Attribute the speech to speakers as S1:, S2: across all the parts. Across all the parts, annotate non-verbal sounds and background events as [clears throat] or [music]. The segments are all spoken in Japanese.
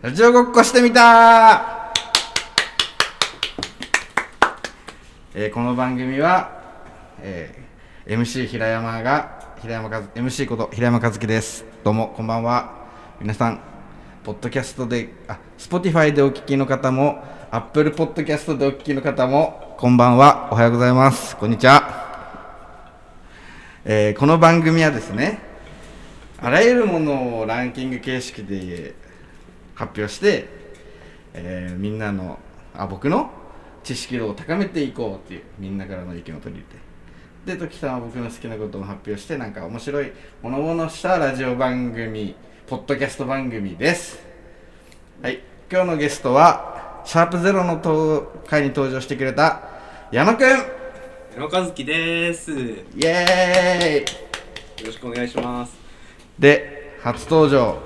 S1: ラジオごっこしてみたえーこの番組は、えー MC 平山が平山和 MC こと平山和樹ですどうもこんばんは皆さんポッドキャストであ Spotify でお聞きの方も Apple ポッドキャストでお聞きの方もこんばんはおはようございますこんにちは、えーこの番組はですねあらゆるものをランキング形式で発表して、えーみんなのあ僕の知識量を高めていこうっていうみんなからの意見を取り入れてで時さんは僕の好きなことも発表してなんか面白いものものしたラジオ番組ポッドキャスト番組ですはい今日のゲストはシャープゼロのと回に登場してくれた矢野くん
S2: 野和樹です。よ
S1: イエーイ
S2: ろしくお願いします。
S1: で初登場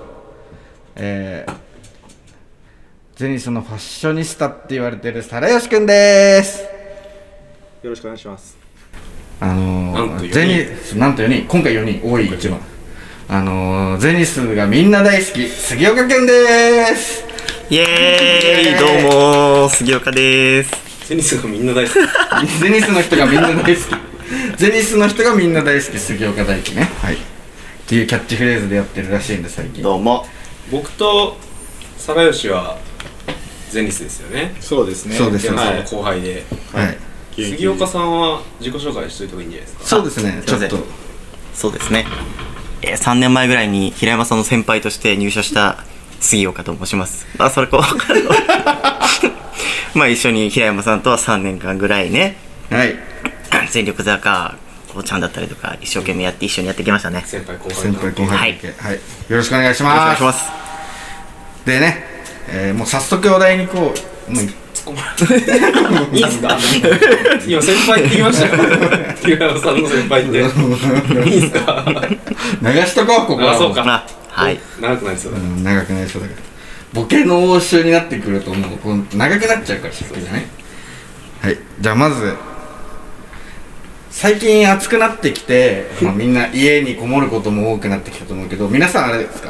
S1: えー、ゼニスのファッショニスタって言われてる皿吉くんです
S3: よろしくお願いします。
S1: あの
S2: なんと
S1: ー、
S2: 四人
S1: ゼニスなんと4人今回4人多い一番あのー、ゼニスがみんな大好き杉岡くんです
S4: イエーイどうもー杉岡です
S2: テニスがみんな大好き。 [laughs]
S1: ゼニスの人がみんな大好きゼニスの人がみんな大好き杉岡大輝ねはいっていうキャッチフレーズでやってるらしいんで最近
S4: どうも
S2: 僕と皿吉はゼニスですよね。
S3: そうですね。
S1: そうです
S2: ジャン
S1: ね
S2: さん
S3: は
S2: の
S3: い。
S2: 後輩で。
S1: はい
S2: 杉岡さんは自己紹介しといた方がいいんじゃないですか。
S1: そうですねちょっと
S4: そうですね、えー、3年前ぐらいに平山さんの先輩として入社した杉岡と申しますあそれこ [laughs] まあ一緒に平山さんとは3年間ぐらいね [clears throat]
S1: はい
S4: 全力坂こうちゃんだったりとか一生懸命やって一緒にやってきましたね
S2: 先輩後輩。
S1: 先輩後輩関係はい、よろしくお願いします
S4: お願いします
S1: でね、えーもう早速お題にこう、もう
S2: いいです
S3: [laughs]
S2: か。今先輩って言いましたよ。杉原さんの先輩って。
S3: [laughs]
S2: いいですか。
S1: 流しとこう、ここは。
S2: あ、そうか。
S4: あはい。
S2: 長くないですよ
S1: う。ん長くなりそうだから。ボケの応酬になってくると、もうこう長くなっちゃうから、尺がね。はい、じゃあまず、最近暑くなってきて、まあ、みんな家にこもることも多くなってきたと思うけど、皆さんあれですか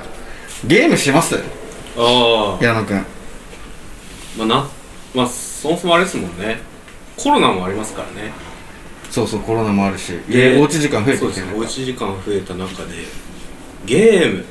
S1: ゲームします
S2: ああ。
S1: 矢野くん。
S2: まあな、まあそもそもあれですもんね。コロナもありますからね。
S1: そうそう、コロナもあるし、
S2: で
S1: おうち時間増えて
S2: そう
S1: き
S2: で
S1: て
S2: す
S1: る
S2: ねおうち時間増えた中でゲーム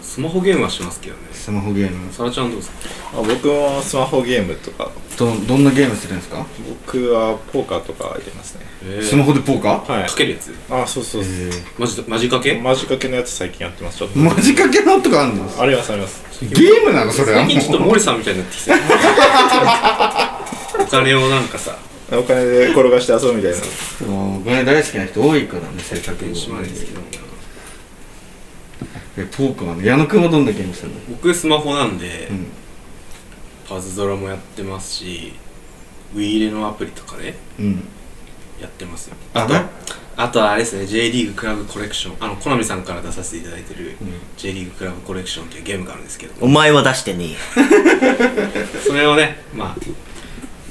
S2: スマホゲームはしますけどね
S1: スマホゲーム。
S2: さらちゃんどうですか
S3: あ僕もスマホゲームとか、
S1: ど、どんなゲームするんですか、
S3: 僕はポーカーとかやりますね。
S1: スマホでポーカー
S3: はい
S2: か。けるやつ
S3: あ、そうそうそう。
S2: マジマジかけ
S3: マジかけのやつ最近やってます。ちょっと。
S1: マジかけのとかあんの
S3: ありますあります。
S1: ゲームなのそれは
S2: 最
S1: も
S2: 近ちょっと
S1: う
S2: 森さんみたいになって
S1: [laughs]
S2: きてるお金をなんかさ
S3: お金で転がして遊ぶみたいな。
S1: お金大好きな人多いからね性格
S2: 電子マネーですけど
S1: えポークマンの矢野くんはどんなゲームしてるの
S2: 僕スマホなんで、
S1: うん
S2: パズドラもやってますしウィーレのアプリとかね
S1: うん
S2: やってますよ
S1: あ
S2: と
S1: ね
S2: あとはあれですね J リーグクラブコレクションあのコナミさんから出させていただいてる J リーグクラブコレクションっていうゲームがあるんですけど
S4: お前は出してね
S2: それをね、まあ、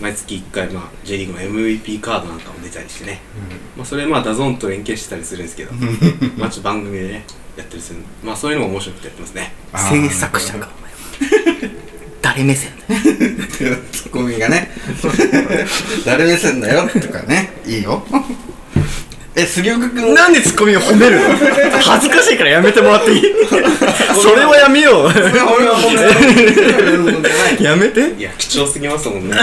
S2: 毎月1回、まあ、J リーグの MVP カードなんかも出たりしてね、まあ、それ、まあ、ダゾーンと連携してたりするんですけ
S1: [laughs]
S2: ど、まあ、ちょっと番組でね、やったりするまあ、そういうのも面白くてやってますね。
S4: え制作者かお前は誰目線だよ
S1: ツッコミがね [laughs] 誰目線だよとかねいいよ [laughs] え杉岡くんは
S4: なんでツッコミを褒めるの恥ずかしいからやめてもらって [laughs] いいそれはやめよう
S1: 俺は褒められるじゃない
S4: やめて
S2: いや、貴重すぎま
S1: [laughs]
S2: すもんね。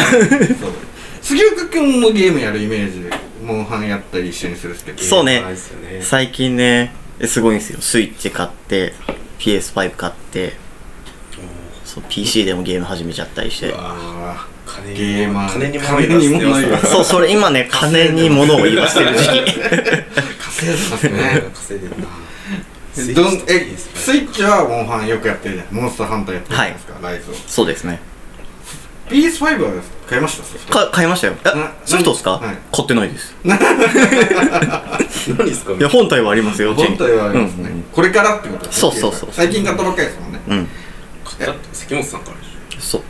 S1: 杉岡くんもゲームやるイメージでモンハンやったり一緒にするっすけど
S4: そうね
S2: あれですよね
S4: 最近ねえすごいんですよスイッチ買って PS5 買ってそう PC でもゲーム始めちゃったりして
S1: あ
S2: 金
S1: ー
S2: に
S1: ゲーマー
S2: 金に物
S1: 金に物
S2: 言
S1: 言
S2: わ
S1: わ
S2: せてます
S1: せ
S4: そうそれ今ね金に物を言わせてる時期
S1: 稼いでますね
S2: ね稼い
S1: [laughs]
S2: でるな。
S1: どんえスイ
S2: ッ
S1: ッチはモンハンよくやってるじゃんモンスターハンターやってるじゃないですか、ライズを
S4: そうですね
S1: PS5 は買いましたそして
S4: か買いましたよ
S1: な
S4: えソフトですか、
S1: はい
S4: 買ってないです
S2: チ何ですか
S4: いや本体はありますようちに
S1: 本体はありますね、
S4: うんうん
S1: これからってことですね
S4: そうそうそう
S1: 最近買ったばっかりですもんね、
S4: うん
S2: 買ったって関本さんからでしょ。
S4: そう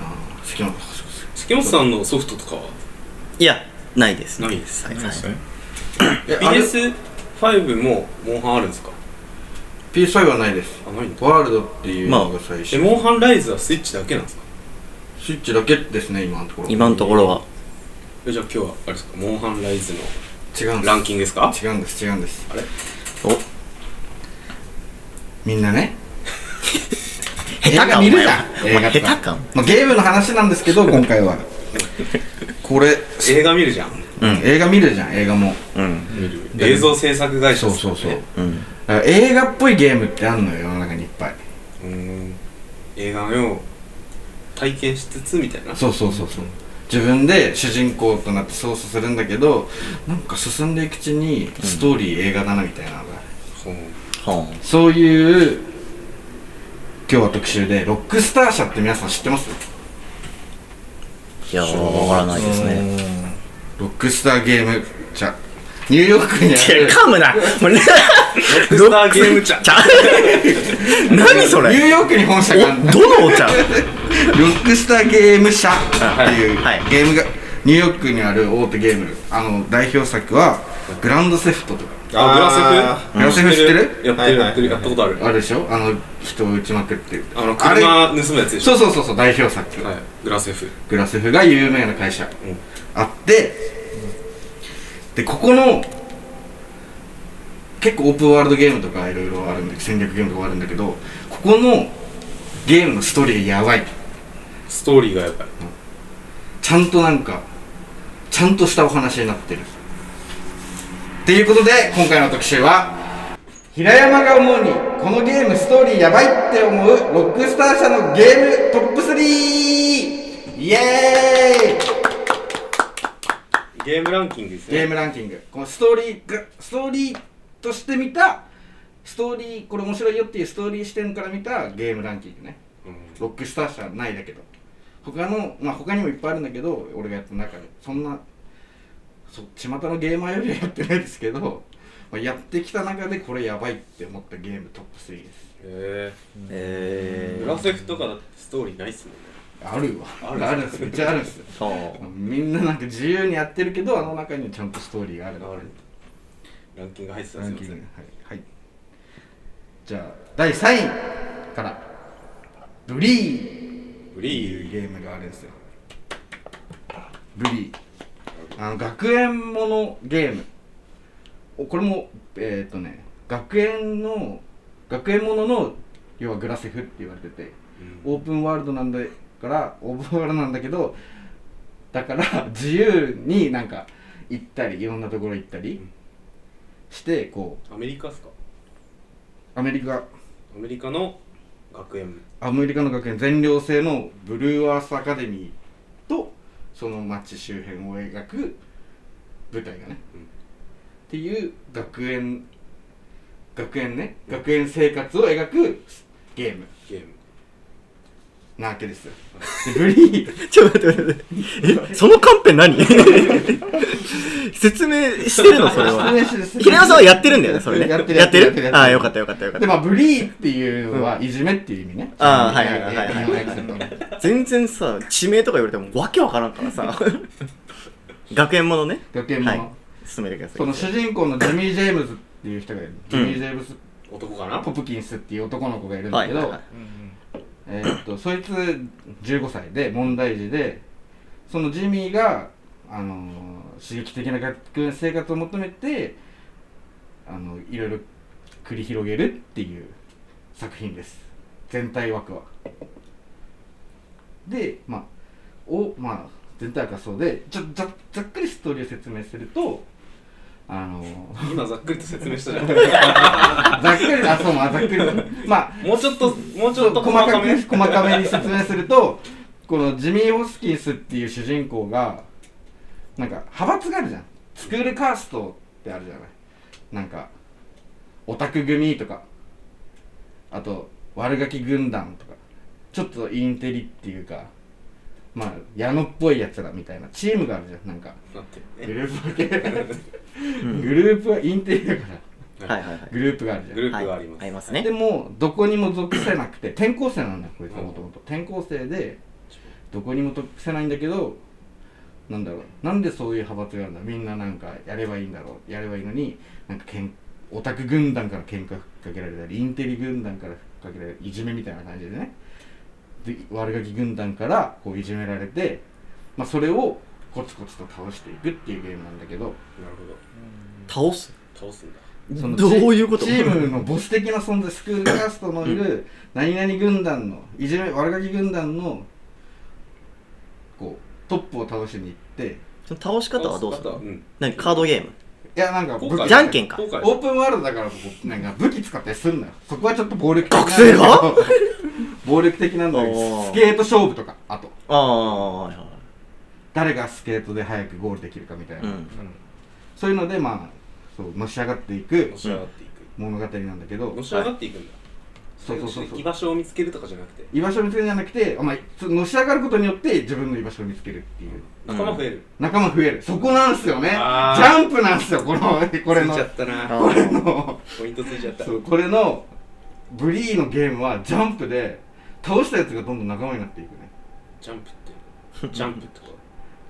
S1: あー好きなのそうそうそう
S2: 関本さんのソフトとかはい
S4: やないです、
S2: ないです
S4: はい
S3: そうですね。
S1: えあれ
S2: ?PS5 もモンハンあるんですか
S1: PS PS5 はないです
S2: あ、ないんだ。
S1: ワールドっていうのが最
S2: え、
S1: 新、
S2: モンハンライズはスイッチだけなんですか
S1: スイッチだけですね今のところ
S4: 今のところは
S2: えじゃあ今日は、あれですか、モンハンライズの
S1: 違うんで
S2: ランキングですか
S1: す違うんです違うんです
S4: お
S1: みんなね
S4: 下手
S1: 映画
S4: かお
S1: 見
S4: 前
S1: るじゃん
S4: は
S1: 映
S4: お
S1: 画
S4: 前
S1: と
S4: 下
S1: か
S4: 手か
S1: まあ、ゲームの話なんですけど今回はこれ、
S2: 映画見るじゃん。
S4: うん
S1: 映画見るじゃん映画も
S4: うん
S2: 見る映像制作会社
S1: そ
S2: で
S1: う
S2: す
S1: そうそう
S2: ね
S4: うん
S1: だから映画っぽいゲームってあんのよ世の中にいっぱいう
S2: ーん映画を体験しつつみたいな
S1: そうそうそうそう自分で主人公となって操作するんだけどなんか進んでいくうちにストーリー映画だなみたいなのが
S2: ほう
S4: は
S1: そういう今日は特集でロックスター社って皆さん知ってます
S4: あいやーわからないですね
S1: ロックスターゲーム社ニューヨークにあ
S4: いや
S1: る
S4: 噛むなもう [laughs] ね
S2: ロックスターゲームちゃん
S4: ちゃう何そ
S1: ニュー
S4: れ
S1: ヨークに本社
S4: お
S1: があるんだ
S4: どのお茶
S1: ロックスターゲーム社っていう
S4: はいはい
S1: ゲームがニューヨークにある大手ゲームあの代表作はグランドセフトとか
S2: あグラセ
S3: あ
S2: フ
S1: グランドセフト知ってる
S2: やってる
S3: はいはい
S2: やってるやったことある
S1: あるでしょあの人を撃ちまくってる
S2: あの
S1: あれ
S2: 車盗むやつでしょ
S1: そうそうそうそう代表作、
S2: はいグラセフ
S1: グラセフが有名な会社、あってでここの結構オープンワールドゲームとかいろいろあるんで戦略ゲームとかあるんだけどここのゲームのストーリーがやばい
S2: ストーリーがやばい
S1: ちゃんとなんかちゃんとしたお話になってるっていうことで今回の特集は平山が思うにこのゲームストーリーやばいって思うロックスター社のゲームトップ3イエーイ
S2: ゲームランキングです
S1: ゲー
S2: ね
S1: ムランキングこのストーリーがストーリーとして見たストーリーこれ面白いよっていうストーリー視点から見たゲームランキングね
S2: うん
S1: ロックスター社ないだけど他のまあ他にもいっぱいあるんだけど俺がやった中でそんなそ巷のゲーマーよりはやってないですけど、まあ、やってきた中でこれやばいって思ったゲームトップ3です
S2: へえ
S4: え
S2: グラセフとかだってストーリーないっすもんね
S1: あるわ
S2: あ
S1: あ
S2: る
S1: るあるんですめっちゃあるんです
S4: そう
S1: みんななんか自由にやってるけどあの中にちゃんとストーリーがある
S2: あるランキング入ってた
S1: ラ
S2: すい
S1: ン
S2: ま
S1: キン
S2: せ
S1: グ
S2: ん
S1: はい、はい、じゃあ第3位からブリー
S2: ブ
S1: って
S2: リ
S1: いう
S2: ー
S1: ゲームがあるんですよブリーあの学園ものゲームおこれもえっ、とね学園の学園ものの要はグラセフって言われててオープンワールドなんだからオープンワールドなんだけどだから自由になんか行ったりいろんなところ行ったりしてこう
S2: アメリカっすか
S1: アメリカ
S2: アメリカの学園
S1: アメリカの学園全寮制のブルーアースアカデミーとその町周辺を描く舞台がね、
S2: うん
S1: っていう学園学園ね学園生活を描くゲーム
S2: ゲーム
S1: なわけですよでブリー
S4: ちょっと待って待って待ってえそのカンペ何 [laughs] 説明してるの [laughs] それは平山さんはやってるんだよねそれね
S1: やってる
S4: やって
S1: やってるやって
S4: る
S1: る
S4: ああよかったよかったよかっ
S1: で
S4: た
S1: まあブリーっていうのはいじめっていう意味ね、
S4: あーはいはいはいはい
S1: 日本訳すると
S4: 全然さ地名とか言われてもわけわからんか
S1: [laughs]
S4: らさ学園ものね
S1: 学園も
S4: は
S1: の、
S4: い進めてください
S1: その主人公のジミー・ジェームズっていう人がいる、ジミー・ジェームズ・
S2: 男かな
S1: ポプキンスっていう男の子がいるん
S4: は
S1: だ
S4: い
S1: け
S4: はい
S1: ど、
S4: はい
S1: えーっとそいつ15歳で問題児でそのジミーが、あのー刺激的な学園生活を求めて、あのいろいろ繰り広げるっていう作品です全体枠はでまあおまあ全体枠はそうでちょざざっくりストーリーを説明するとあのー
S2: 今ざっくりと説明したじゃん
S1: ざっくりあそうまあざっくりまあ
S2: もうちょっと、もうち
S1: ちょ
S2: ょっ
S1: っ
S2: と
S1: と
S2: 細
S1: 細
S2: か
S1: か
S2: め
S1: く。 [laughs] 細かめに説明するとこのジミー・ホスキンスっていう主人公がなんか派閥があるじゃんスクールカーストってあるじゃないなんかオタク組とかあと悪ガキ軍団とかちょっとインテリっていうかまあ矢野っぽいやつらみたいなチームがあるじゃんなんか
S2: なって
S1: グ
S2: るね。
S1: ループ分けグループはインテリだから
S4: はいはいはい
S1: グループがあるじゃん
S2: グルー
S4: はい
S2: プがあります。
S4: ありますね
S1: でもどこにも属せなくて転校生なんだよこいつはもともと転校生でどこにも属せないんだけどなんだろうなんでそういう派閥があるんだみんななんかやればいいんだろうやればいいのになんかけんオタク軍団から喧嘩吹っかけられたりインテリ軍団から吹っかけられるいじめみたいな感じでねで悪ガキ軍団からこういじめられて、まあ、それをコツコツと倒していくっていうゲームなんだけど
S2: なるほど
S4: 倒す
S2: 倒すんだ
S1: その
S4: どういうこと
S1: チーチームのボス的な存在スクールカーストのいる何々軍団のいじめ悪ガキ軍団のこうトップを倒しに行って
S4: その倒し方はどうする
S2: 倒
S4: の
S2: うん
S4: 何カードゲーム
S1: いやなんか
S2: 後
S1: 武
S2: 悔
S1: 器
S4: じゃんけんか
S2: 後悔
S1: オープンワールドだからこうなんか武器使ったりすんのよそこはちょっと暴力的
S4: 学生が
S1: なんだけど [laughs] 暴力的なんだけど
S4: おー
S1: スケート勝負とかあと
S4: ああはいは
S1: 誰がスケートで早くゴールできるかみたい
S4: い
S1: な、
S4: うん
S1: そういうのでまあそうのし上がっていく
S2: のし上がっていく
S1: 物語なんだけど
S2: のし上がっていくんだ
S1: そうそうそうそう
S2: 居場所を見つけるとかじゃなくて
S1: 居場所を見つけるんじゃなくて、まあ、ちょのし上がることによって自分の居場所を見つけるっていう
S2: 仲間増える
S1: 仲間増えるそこなんすよねジ
S2: あー
S1: ャンプなんすよこ
S2: [laughs]
S1: のこれの
S2: ついちゃったな
S4: あ
S1: これの
S2: ポイントついちゃっ
S1: [laughs]
S2: た
S1: そうこれのブリーのゲームはジャンプで倒したやつがどんどん仲間になっていくね
S2: ジャンプってジャンプってこと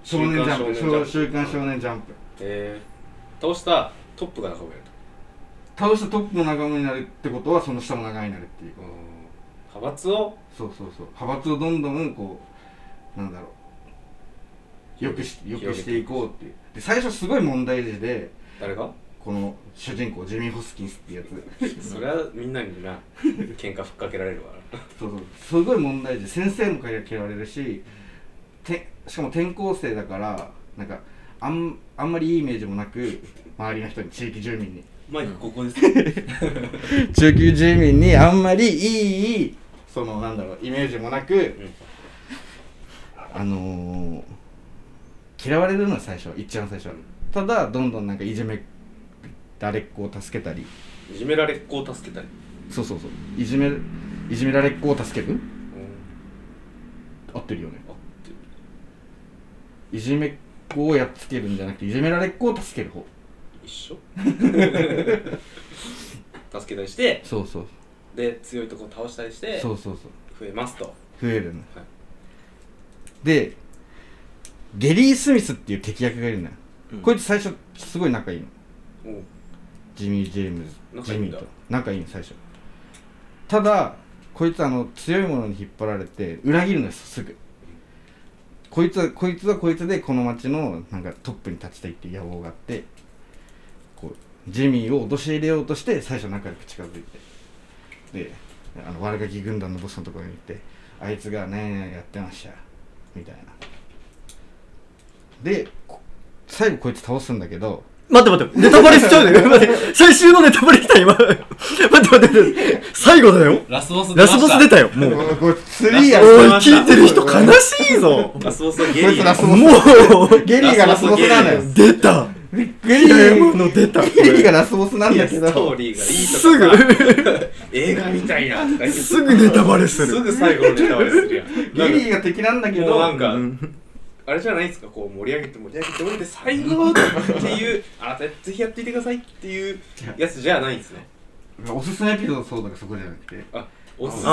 S1: 少年ジャンプ
S2: 週刊少年ジャ
S1: 少
S2: ンプ
S1: 週刊少年ジャンプ
S2: えー、倒したトップが仲間になると
S1: 倒したトップの仲間になるってことはその下の仲間になるっていう
S2: 派閥を
S1: そうそうそう派閥をどんどんこうなんだろうよくしよくしていこうっていうで最初すごい問題児で
S2: 誰が
S1: この主人公ジェミー・ホスキンスっていうやつ
S2: そりゃみんなにな喧嘩ふっかけられるわ
S1: そうそうすごい問題児先生も嫌われるしてしかも転校生だからなんかあんあんまりいいイメージもなく周りの人に地域住民に
S2: マイクここです
S1: 中級住民にあんまりいいそのなんだろうイメージもなく、
S2: ん
S1: あのー、嫌われるの最初一番最初ただどんどんなんかいじめ誰っ子を助けたり
S2: いじめられっ子を助けたり
S1: そうそうそういじめいじめられっ子を助ける
S2: うん
S1: 合ってるよね
S2: あって
S1: いじめっ子をやっつけるんじゃなくていじめられっ子を助ける方
S2: 一緒助けたりして
S1: そうそう
S2: で強いとこ倒したりして
S1: そ
S2: 増
S1: うそうそう
S2: えますと
S1: 増えるの、
S2: はい
S1: でゲリー・スミスっていう敵役がいるのよ、
S4: うん
S1: こいつ最初すごい仲いいの
S2: おう
S1: ジミー・ジェームズ
S2: 仲い
S1: ジ
S2: いん
S1: ミ
S2: だ
S1: ーと仲いいの最初ただこいつあの強いものに引っ張られて裏切るのよすぐこいつはこいつはこいつでこの町のなんかトップに立ちたいっていう野望があってこうジミーを陥れようとして最初仲良く近づいてであの悪ガキ軍団のボスのところに行ってあいつが「ねえねえやってました」みたいなでこ最後こいつ倒すんだけど
S4: 待って待って、ネタバレしち [laughs] ゃうね。待って、最終のネタバレ来た、今。待って待って待って、最後だよ。
S2: ラスボス
S4: ラスボス出たよ、もう。
S1: もう [laughs] これ釣りやん
S4: おい
S2: 出、ました
S4: 聞いてる人悲しいぞ。
S2: ラスボスはゲ
S1: こい
S2: リ
S1: つ
S2: ー
S1: ラスボス
S4: もう、
S1: ゲリーがラスボスなのよ
S4: 出た。
S1: ゲリ
S4: ゲーム
S1: ー
S4: の出た。
S1: ゲリーがラスボスなん
S2: い
S1: だ
S2: や
S1: け
S2: スト
S1: ど
S2: ーリーがいいとか
S4: すぐ、
S2: [laughs] 映画みたいなとか言って
S4: すぐネタバレ
S2: す
S4: する。
S2: ぐ最後のネタバレするやん
S1: ゲリーが敵なんだけ
S2: もう
S1: ど
S2: なんか
S4: うん
S2: あれじゃないですかこう盛り上げて盛り上げて盛り上げて最後っていうあなたぜひやっていてくださいっていうやつじゃないんですね
S1: おすすめエピソードそうだからそこじゃなくて
S2: おすすめ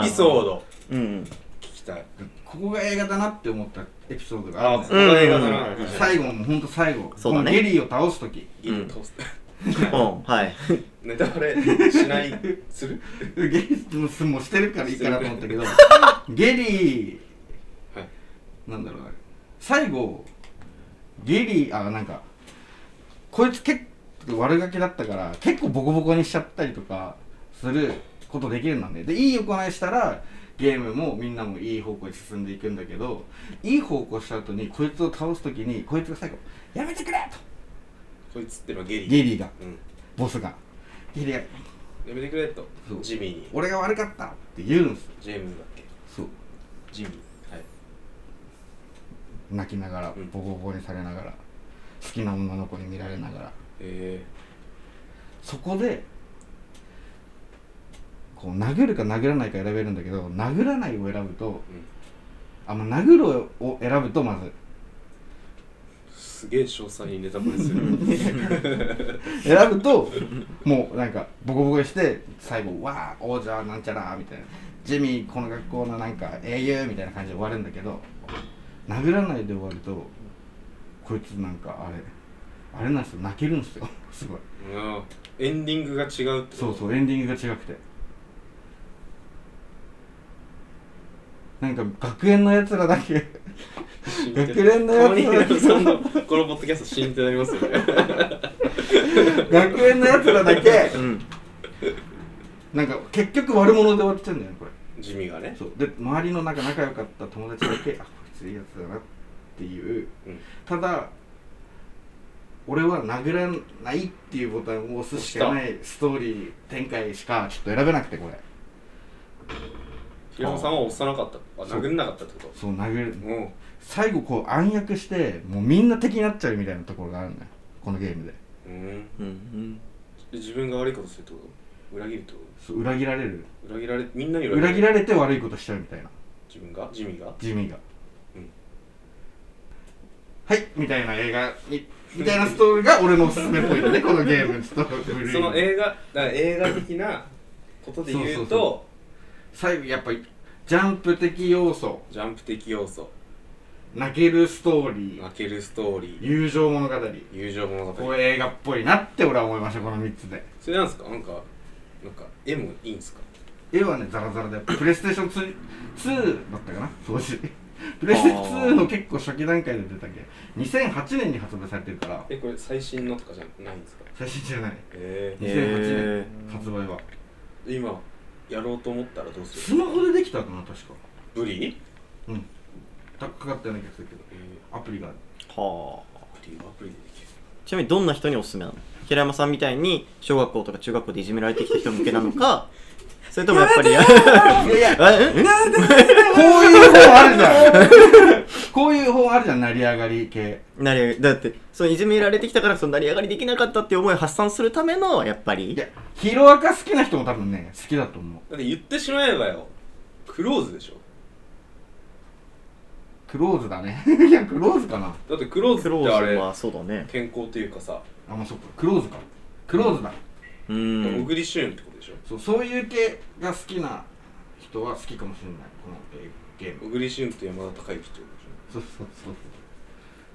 S2: エピソード
S4: うん。
S2: 聞きたい
S1: ここが映画だなって思ったエピソードがあ
S2: あ
S1: る
S2: あ
S1: の
S2: こ
S1: よ
S2: の映画だな
S4: うん
S2: いいじゃん
S1: 最後もほんと最後
S4: そうだね
S1: このゲリーを倒す時
S2: いいの通す
S4: うん、はい。
S2: ネタバレしないする
S1: ゲリーもしてるからいいかなと思っ
S2: [laughs]
S1: たけどゲリー、
S2: はい
S1: なんだろうな最後ゲリーあなんかこいつ結構悪ガキだったから結構ボコボコにしちゃったりとかすることできるなんででいい行いしたらゲームもみんなもいい方向に進んでいくんだけどいい方向した後にこいつを倒す時にこいつが最後「やめてくれ!」
S2: こいつってのはゲ
S1: と
S2: リ
S1: ゲリーが
S2: うん
S1: ボスがゲリーが
S2: やめてくれと
S1: そう
S2: ジミーに
S1: 「俺が悪かった!」って言うんですよ
S2: ジェームズだっけ
S1: そう
S2: ジミーはい
S1: 泣きながら
S2: うん
S1: ボコボコにされながら好きな女の子に見られながら
S2: え
S1: そこでこう殴るか殴らないか選べるんだけど殴らないを選ぶと、あまあ殴るを選ぶとまず
S2: ーすげえ詳細にネタバレする [laughs]
S1: 選ぶともうなんかボコボコにして最後「わあ王者なんちゃら」みたいな「ジェミーこの学校のなんか英雄」みたいな感じで終わるんだけど殴らないで終わるとこいつなんかあれあれなんですよ泣けるんですよすごい
S2: うんエンディングが違
S1: [laughs]
S2: うって
S1: そうそうエンディングが違くてなんか学園のやつらだけ [laughs] 学年のやつ
S2: たまに平野さんのこのポッドキャスト死んってなりますよね
S1: 学園のやつらだけ
S4: うん。
S1: なんか結局悪者で終わっちゃうんだよねこれ
S2: 地味がね
S1: そうで周りのなんか仲良かった友達だけあこいついいやつだなっていう、
S2: うん
S1: ただ俺は殴らないっていうボタンを押すしかないストーリー展開しかちょっと選べなくてこれ
S2: 平野さんは押さなかったあ
S1: そう
S2: 殴んなかったってこ
S1: そう殴る
S2: とも
S1: 最後こう暗躍してもうみんな敵になっちゃうみたいなところがあるんだよこのゲームで
S2: ううん
S4: うん。うん。
S2: 自分が悪いことするってこと裏切るってこ
S1: そう裏切られる
S2: と裏切られみんなに
S1: 裏切
S2: れ
S1: られて悪いことしちゃうみたいな
S2: 自分が地味が
S1: 地味が、
S2: うん
S1: はいみたいな映画にみたいなストーリーが俺のおすすめポイン
S2: [laughs]
S1: トねこのゲームのストーリー
S2: その映画だから映画的なことで言う
S1: そう
S2: と
S1: 最後やっぱりジャンプ的要素
S2: ジャンプ的要素
S1: 泣けるストーリー
S2: 泣けるストーリー
S1: 友情物語
S2: 友情物
S1: こ
S2: 語
S1: れ映画っぽいなって俺は思いましたこの3つで
S2: それなんですかなんかなんか絵もいいんですか
S1: 絵はねザラザラでプレイステーション 2, 2だったかな当時プレイステーション2の結構初期段階で出たけ2008年に発売されてるから
S2: えこれ最新のとかじゃないんですか
S1: 最新じゃない
S2: え
S1: 2008年発売は
S2: え今やろうと思ったらどうす
S1: ス
S2: る
S1: マホでできたかな確か
S2: ブリ
S1: 高かかったような気がするけど
S2: えー
S1: アプリがある
S4: はあ。
S2: アプリアプリでできる
S4: ちなみにどんな人におすすめなの平山さんみたいに小学校とか中学校でいじめられてきた人向けなのか、それともやっぱり、
S1: いやいや
S4: [laughs] えん
S1: こういう本あるじゃん [laughs] こういう本あるじゃん成り上がり系
S4: なりだって、そのいじめられてきたからその成り上がりできなかったっていう思いを発散するための、やっぱり
S1: い、やヒロアカ好きな人も多分ね好きだと思う
S2: だって言ってしまえばよクローズでしょ
S1: クローズだね [laughs] いやクローズかな
S2: だってクローズ
S4: クロ
S2: ってあ
S4: ーズ
S2: れ
S4: はそうだね。
S2: 健康というかさ、
S1: あまあそっかクローズかクローズだ、
S4: う
S2: 小
S4: ん。
S2: 栗旬ってことでしょ
S1: そうそういう系が好きな人は好きかもしれないこのえーゲーム
S2: 小栗旬と山田孝之ってことでし
S1: そうそうそう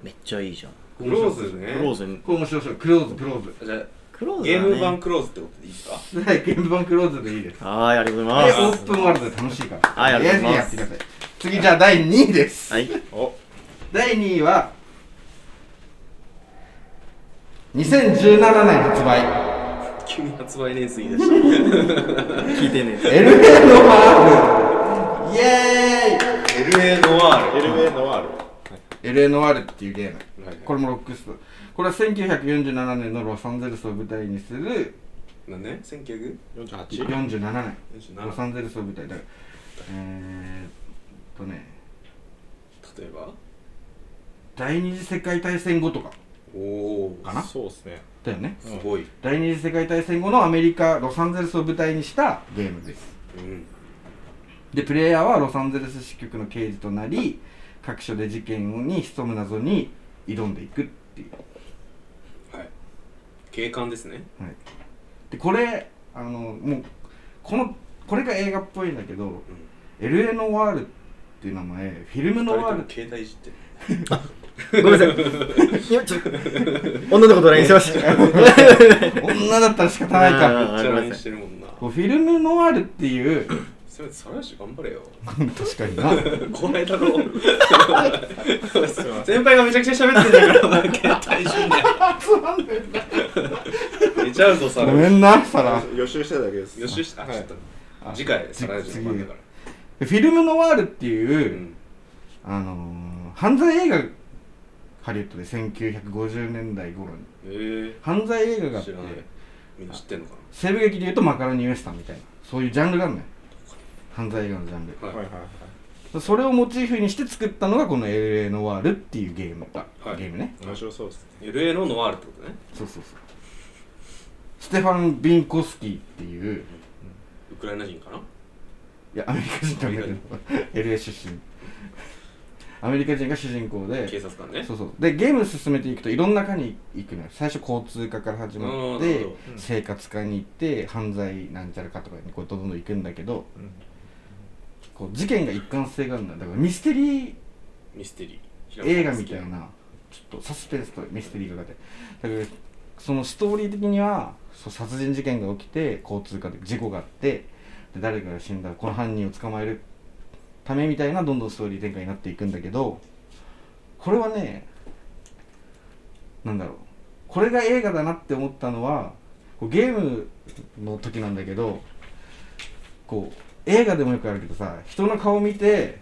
S4: めっちゃいいじゃ
S2: ょ
S4: ん。
S2: クローズね
S4: クローズ、
S1: これ面白そうクローズクローズ [laughs]
S2: じゃあ
S4: クローズ
S2: ゲ
S4: だ
S2: ー
S4: ね。
S2: ム版クローズってことでいいですか
S1: はいゲーム版クローズでいいです
S4: はい、ありがとうご
S1: でオ
S4: ざいま
S1: ープンワールドで楽しいから
S4: はいありがとうございます
S1: やってください次じゃあ第2位です
S4: す。はい。
S2: お
S1: 第2位は2017年発売
S2: 急に発売年数言い出した
S4: 聞いてね
S1: LA ノワールイエ
S2: LA ノワー
S3: LA ノワール
S1: ーイ LA ノワールっていうゲーム
S2: ルはい
S1: これもロックスこれは1947年のロサンゼルスを舞台にする
S2: 何年 ?1900?
S1: 47
S3: 48
S1: 年ロ
S2: 47
S1: サンゼルスを舞台だからえー、っとね
S2: 例えば
S1: 第二次世界大戦後とか
S2: おお
S1: かな
S3: そうですね
S1: だよね
S2: すごい
S1: 第二次世界大戦後のアメリカロサンゼルスを舞台にしたゲームです
S2: うん
S1: でプレイヤーはロサンゼルス支局の刑事となり各所で事件に潜む謎に挑んでいくっていう
S2: はい警官ですね
S1: でこれあのもうこのこれが映画っぽいんだけど、LA ノワールっていう名前フィルムノワール
S2: 二人とも携帯いじってる
S4: ごめんなさ
S2: [laughs]
S4: い。今ちょっと、女の子と LINE してました。ごめんなさい
S1: 女だったら仕方ない
S4: あ
S1: か
S4: ー
S2: めっちゃ LINE してるもんな
S1: こうフィルムノワールっていう [laughs]
S2: それさらし頑張れよ [laughs]
S1: 確かにな
S2: こないだろ先輩がめちゃくちゃ喋ってんだから携帯い [laughs] じんなよ寝ちゃうぞさ
S1: ご
S2: ら
S1: めんなサラ
S3: [laughs] 予習してただけです
S2: 予習してあ
S3: はい
S2: ちょっと次回サラジの番だから
S1: フィルムノワールって
S2: う
S1: いう、
S2: ん
S1: あのー犯罪映画ハリウッドで1950年代頃に
S2: えー
S1: 犯罪映画があって
S2: 知らないみんな知ってんのか
S1: 西部劇でいうとマカロニウエスタンみたいなそういうジャンルがあるのよ犯罪映画のジャン
S2: な
S3: はい
S2: は
S3: はいいはい
S1: ルそれをモチーフにして作ったのがこの LA ノワールっていうゲームだ、
S2: はい
S1: ゲームね
S3: 面白そうですね
S2: LA のノワールってことね
S1: そうそうそうステファン・ビンコスキーっていう
S2: ウクライナ人かない
S1: やアメリカ人なんだけど LA 出身アメリカ人が主人公
S2: 警
S1: で
S2: 察官ね
S1: そうそうでゲーム進めていくといろんな科に行くのよ最初交通課から始まっ
S2: あーなる
S1: て
S2: ほど
S3: うん
S1: 生活課に行って犯罪なんちゃらかとかにこうどんどん行くんだけど
S3: うん
S1: こう事件が一貫性があるんだよだからミステリー
S2: ミステリー
S1: 映画みたいなちょっとサスペンスとミステリーがかかってだからそのストーリー的にはそう殺人事件が起きて交通課で事故があってで誰かが死んだらこの犯人を捕まえるためみたいなどんどんストーリー展開になっていくんだけどこれはねなんだろうこれが映画だなって思ったのはこうゲームの時なんだけどこう映画でもよくあるけどさ人の顔見て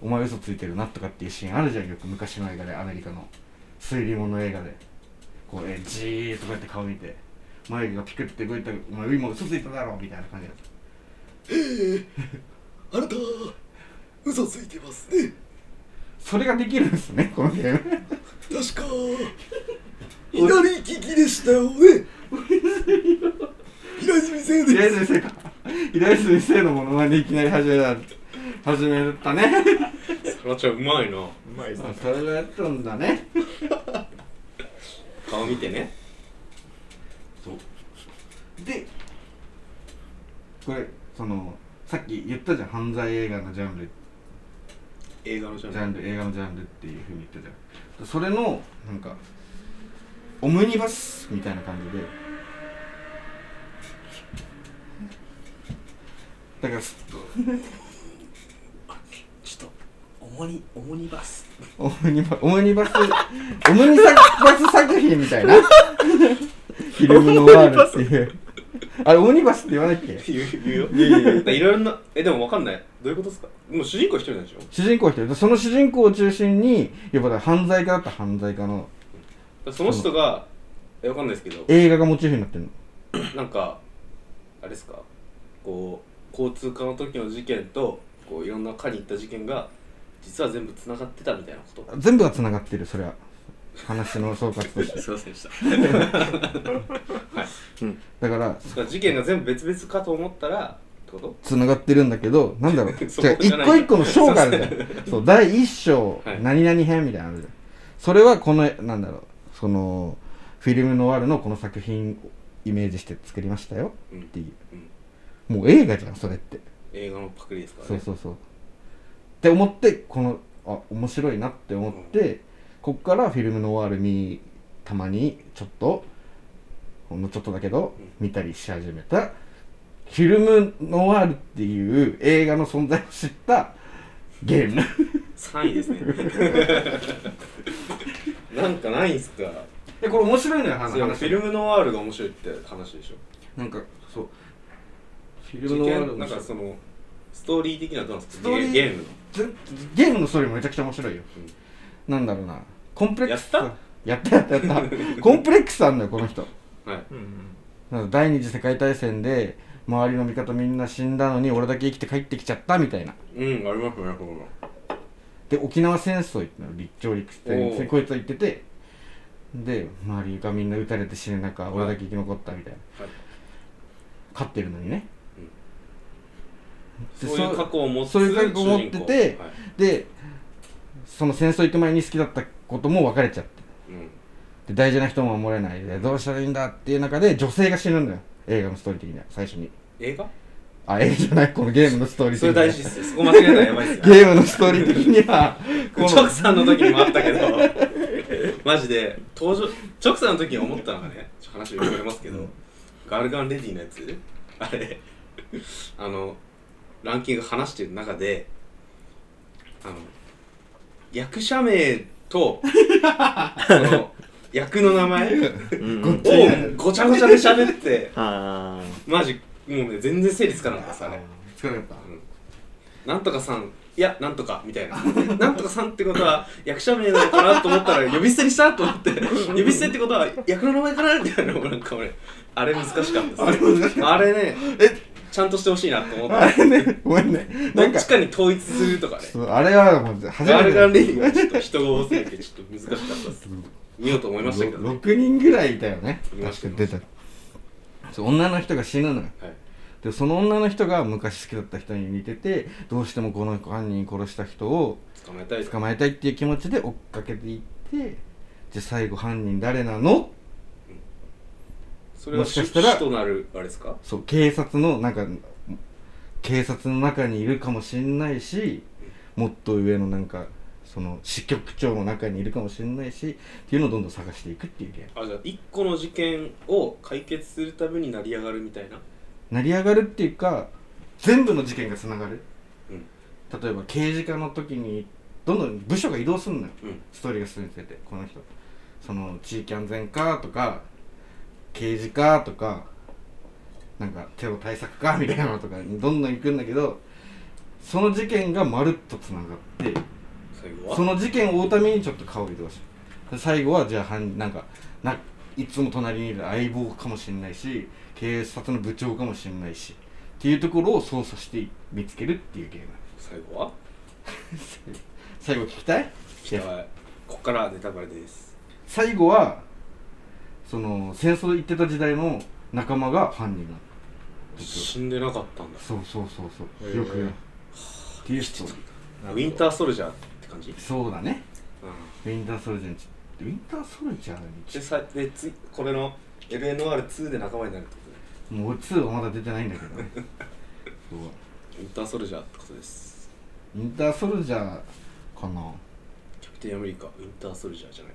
S1: お前嘘ついてるなとかっていうシーンあるじゃんよく昔の映画でアメリカの推理物の映画でこうえーじーっとこうやって顔見て眉毛がピクって動いたお前今嘘ついただろみたいな感じだった
S2: あなた嘘ついてますね
S1: それができるんですねこのゲーム
S2: 確か左利きでしたよ [laughs] ね平泉先生
S1: 左先生 [laughs] か左先生のものまねいきなり始めた始めたね
S2: そらちゃんうまいな
S3: うまいっすね
S1: あそれがやったんだね
S2: 顔見てね
S1: でこれそのさっき言ったじゃん犯罪映画のジャンル
S2: 映画のジャン
S1: ジ
S2: ル
S1: ャンル映画のジャンルっていうふうに言ってたそれのなんかオムニバスみたいな感じでだからす
S2: ちょっとオモニオモニバス
S1: オムニバオムニバスオムニバス作品みたいなフィルムのワールっていうあれオムニバスって言わないっけ
S2: 言う言うよ
S1: いやいやいや
S2: だからいろいろなえでもわかんないどういうことですかもう主人公一人なんでしょ
S1: 主人公一人その主人公を中心にやっぱだから犯罪家だった犯罪家の
S2: だからその人がえわかんないですけど
S1: 映画がモチーフになってるの
S2: なんかあれですかこう交通課の時の事件とこういろんな課に行った事件が実は全部つながってたみたいなこ
S1: 全部が繋がってるそれは話の総括として
S2: とすいませんでした
S1: だから
S2: だから事件が全部別々かと思ったらってこと
S1: 繋がってるんだけど、なんだ
S2: [laughs]
S1: ろう。
S2: そ
S1: 違う
S2: こじゃ
S1: 一
S2: ない
S1: 個一個の章があるじゃん。そう、第一章
S2: は、い
S1: 何々編みたいなのあるじゃん。それはこの、なんだろう、その、フィルムノワールのこの作品をイメージして作りましたよ
S2: うん
S1: っていう。もう映画じゃん、それって。
S2: 映画のパクリですから
S1: そう
S2: ね
S1: そうそう。って思って、この、あ、面白いなって思って、こっからフィルムノワール見、たまにちょっと、ほんのちょっとだけど、見たりし始めた、フィルムノワールっていう映画の存在を知ったゲーム。
S2: 3位ですねなんかないんすか
S1: [laughs] え、これ面白いのよ、
S2: それフィルムノワールが面白いって話でしょ
S1: なんか、そう。フィル
S2: 事
S1: ムノワール
S2: 件
S1: 面
S2: なん
S1: 白い
S2: かそのストーリー的などうなんです
S1: ス
S2: か
S1: ト
S2: ゲ
S1: ーリー
S2: ーゲームの
S1: ぜゲームのストーリーもめちゃくちゃ面白いよ、なんだろうなコンプレックス
S2: やっ
S1: やったやったやった [laughs] コンプレックスあんだよこの人
S2: はい
S3: うんうん
S1: なんか第二次世界大戦で周りの味方みんな死んだのに俺だけ生きて帰ってきちゃったみたいな
S2: うんありますねこの
S1: で沖縄戦争行ったの立朝陸戦
S2: おう
S1: こいつは行っててで周りがみんな撃たれて死ぬ中俺だけ生き残ったみたいな、
S2: はい
S1: 勝ってるのにね、で
S2: そういう過去を持つ
S1: そういう過去を持ってて
S2: 主人公はい
S1: でその戦争行く前に好きだったことも別れちゃって
S2: うん
S1: で大事な人も守れないでどうしたらいいんだっていう中で女性が死ぬんだよ映画のストーリー的には最初に
S2: 映画
S1: あ映画じゃないこのゲームのストーリー
S2: それ
S1: 的には
S2: 大事っすよそこ間違えたらやばいっす
S1: [laughs]
S2: よ
S1: ゲームのストーリー的には
S2: [laughs]
S1: こ
S2: チョ
S1: の
S2: クさんの時にもあっ
S1: [laughs]
S2: たけどマジで登場チョクさんの時に思ったのがねちょっと話をれますけどガルガンレディのやつあれあのランキング話してる中であの役者名とその役の名前
S4: うん
S1: ごっちゃ
S2: をごちゃごちゃで喋って
S4: あ
S2: マジもうね全然整理つかなかったですあれ
S1: 疲れた
S2: なんとかさん、いや、なんとかみた [laughs] いな。なんとかさんってことは役者名なのかなと思ったら呼び捨てにしたと思って、呼び捨てってことは役の名前かなみたいなのがなんか俺、あれ難しかったです。あれね、ちゃんとしてほしいなと思っ
S1: あ
S2: た。
S1: れねごめんねな
S2: ど
S1: ん
S2: っ
S1: か
S2: ちかに統一するとかね。
S1: そうあれはもう初
S2: ガー
S1: め
S2: ルガン
S1: て
S2: レディはちょっと人が多すぎてちょっと難しかった [laughs] です。見ようと思いましたけどね。
S1: 6人ぐらいいたよね
S2: いま
S1: 確
S2: した
S1: かに出たそう女の人が死ぬのよ
S2: はい
S1: でその女の人が昔好きだった人に似ててどうしてもこの犯人殺した人を
S2: 捕まえたいです。
S1: 捕まえたいっていう気持ちで追っかけていってじゃあ最後犯人誰なの
S2: それは
S1: もしか
S2: 主
S1: したら
S2: となる、あれですか
S1: そう警察のなんか警察の中にいるかもしんないしもっと上のなんかその支局長の中にいるかもしれないしっていうのをどんどん探していくっていうゲーム
S2: あじゃあ一個の事件を解決するために成り上がるみたいな
S1: 成り上がるっていうか全部の事件がつながる、
S2: うん
S1: 例えば刑事課の時にどんどん部署が移動すんのよ、
S2: うん
S1: ストーリーが進んでてこの人その地域安全課とか刑事課とかなんかテロ対策課みたいなのとか [laughs] にどんどん行くんだけどその事件がまるっとつながって
S2: 最後は
S1: その事件を追うためにちょっと顔を移動し最後はじゃあ犯なんかないつも隣にいる相棒かもしれないし警察の部長かもしれないしっていうところを捜査して見つけるっていうゲーム
S2: 最後は
S1: 最後聞きたい
S2: 期待こっからネタバレです
S1: 最後はその戦争行ってた時代の仲間が犯人なの
S2: 死んでなかったんだ
S1: そうそうそうそう、
S3: へえ
S1: よくやるっていう人
S2: ウィンターソルジャーって感じ、うん、
S1: そうだねウィンターソルジャーにちウィンターソルジャーに
S2: でさでつこれの LNR2 で仲間になるってことね
S1: もう2はまだ出てないんだけどねそう
S2: ウィンターソルジャーってことです
S1: インターソルジャーかな
S2: キャプテンアメリカウィンターソルジャーじゃない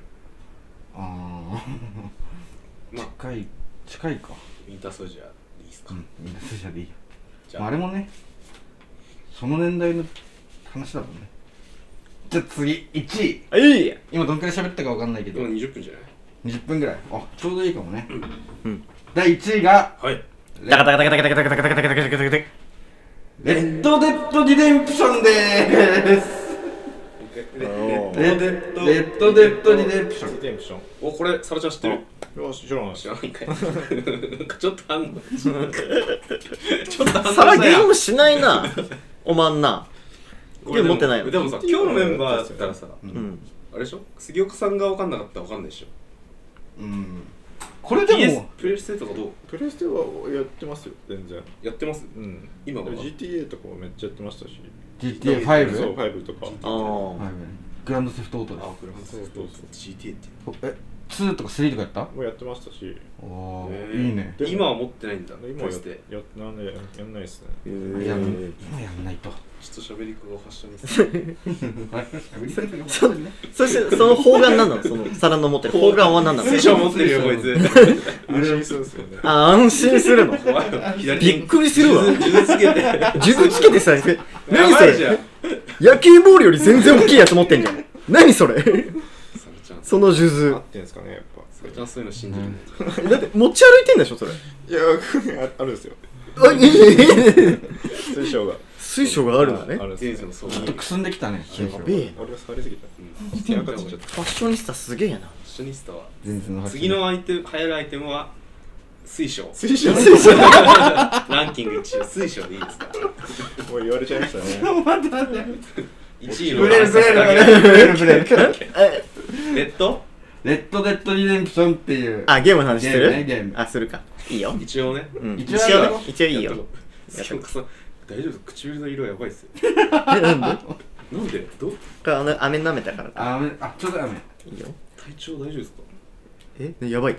S1: あー
S2: まあ
S1: 近い近いか
S2: ウィンターソルジャーでいいです
S1: う
S2: か、
S1: んインターソルジャーでいいよ
S2: じ
S1: ま
S2: ゃ
S1: あ、
S2: あ
S1: あれもねその年代の話だもんねじゃあ次1位
S2: はい
S1: 今どんくらい喋ったかわかんないけど
S2: 今20分じゃない
S1: 20分ぐらいあちょうどいいかもね
S4: うん
S1: 第1位が
S2: はい
S4: ダカダカダカダカダカダカダカダカダカダカダ
S1: レッドデッドリデンプションでーすレッドレッドデッドリデンプション
S3: テンプション
S2: おこれサラちゃん知ってる
S3: よし知らない
S2: 知らないんかいなんかちょっとあんのちょっとあんの
S4: 皿ゲームしないな。おまんな。
S2: これでも
S4: いや持ってないよ
S2: でもさ今日のメンバーだったらさ
S4: うん。
S2: あれでしょ杉岡さんが分かんなかったら分かんないでしょ
S1: うんこれで
S2: PS
S1: も
S2: プレイステとかどう
S3: プレステはやってますよ全然
S2: やってます
S3: うん
S2: 今は
S3: GTA とかもめっちゃやってましたしそう
S1: GTA5
S3: 5とか
S4: ああ。
S1: グランドセフトオートです
S2: あこれ
S3: そうそうそう
S2: GTA って
S1: え2とか3とかやった
S3: もうやってましたし
S1: お
S2: へ
S1: ー
S2: ー
S1: いいね
S3: でも
S2: 今は持ってないんだ
S3: 今
S2: プ
S3: や
S2: レステ
S3: やなんでややんないですね
S4: え
S1: いや
S4: ー
S1: 今やんないと
S2: ちょっと喋り子が発症にする
S4: そして、その方眼なんなのその皿の持ってる方眼は何
S2: [laughs]
S4: なの
S2: 水晶持ってるよこいつ
S3: 安心するんですよね
S4: あ、安心するの。
S2: 怖いよ左手
S1: [laughs]
S4: びっくりするわ。
S2: 傷つけて
S4: 術つけてさ、何
S2: や
S4: そ
S2: ばいじゃん
S4: れ野球ボールより全然大きいやつ持ってんじゃん。何それ
S2: サラちゃん
S4: その
S3: 合
S4: 数
S3: ってんですかねやっぱ
S2: サラちゃんそういうの信じるね
S4: 珠。だって持ち歩いてんでしょ、それ。
S3: いやああるんですよ
S4: あいえいえいえ
S3: 水晶が
S4: 水晶があるんだね
S3: あ。るん
S2: 人
S3: です
S2: 生
S3: よ
S2: のそう
S1: ちょっとくすんできたね
S4: やべえ。
S3: 俺が触りすぎた
S2: 手
S3: 手
S2: 赤
S3: 赤
S2: つ
S3: つ
S2: いち
S3: いち
S2: ゃっ
S3: ゃったた
S4: ファッショニスタすげえやな。
S2: ファッショニスタは
S1: 全然の
S2: 次のアイテム流行るアイテムは水晶
S3: 水晶
S4: 水晶
S2: ランキング1位水晶でいいですか
S3: もう言われちゃいましたね
S2: 1位の
S1: ブレるブレるブレるブレるブレる
S4: え、
S2: レッド
S1: [laughs] レッドデッドリデンプションっていう
S4: あ、ゲームの話して
S1: ゲームねゲー
S4: る
S1: ム
S4: あ、するか。いいよ。
S2: 一応ね
S4: うん
S1: 一
S4: 一
S1: 応
S4: 応
S1: や
S4: ね
S1: ろう
S4: 一応いい
S2: やっ
S4: よ
S2: とこ。う杉岡さん大丈夫唇の色やばいっすよ
S4: え、なんで
S2: なんでどう
S4: これあの飴舐めたからか
S1: あめあちょうど雨
S4: いいよ
S2: 体調大丈夫ですか
S4: えやばい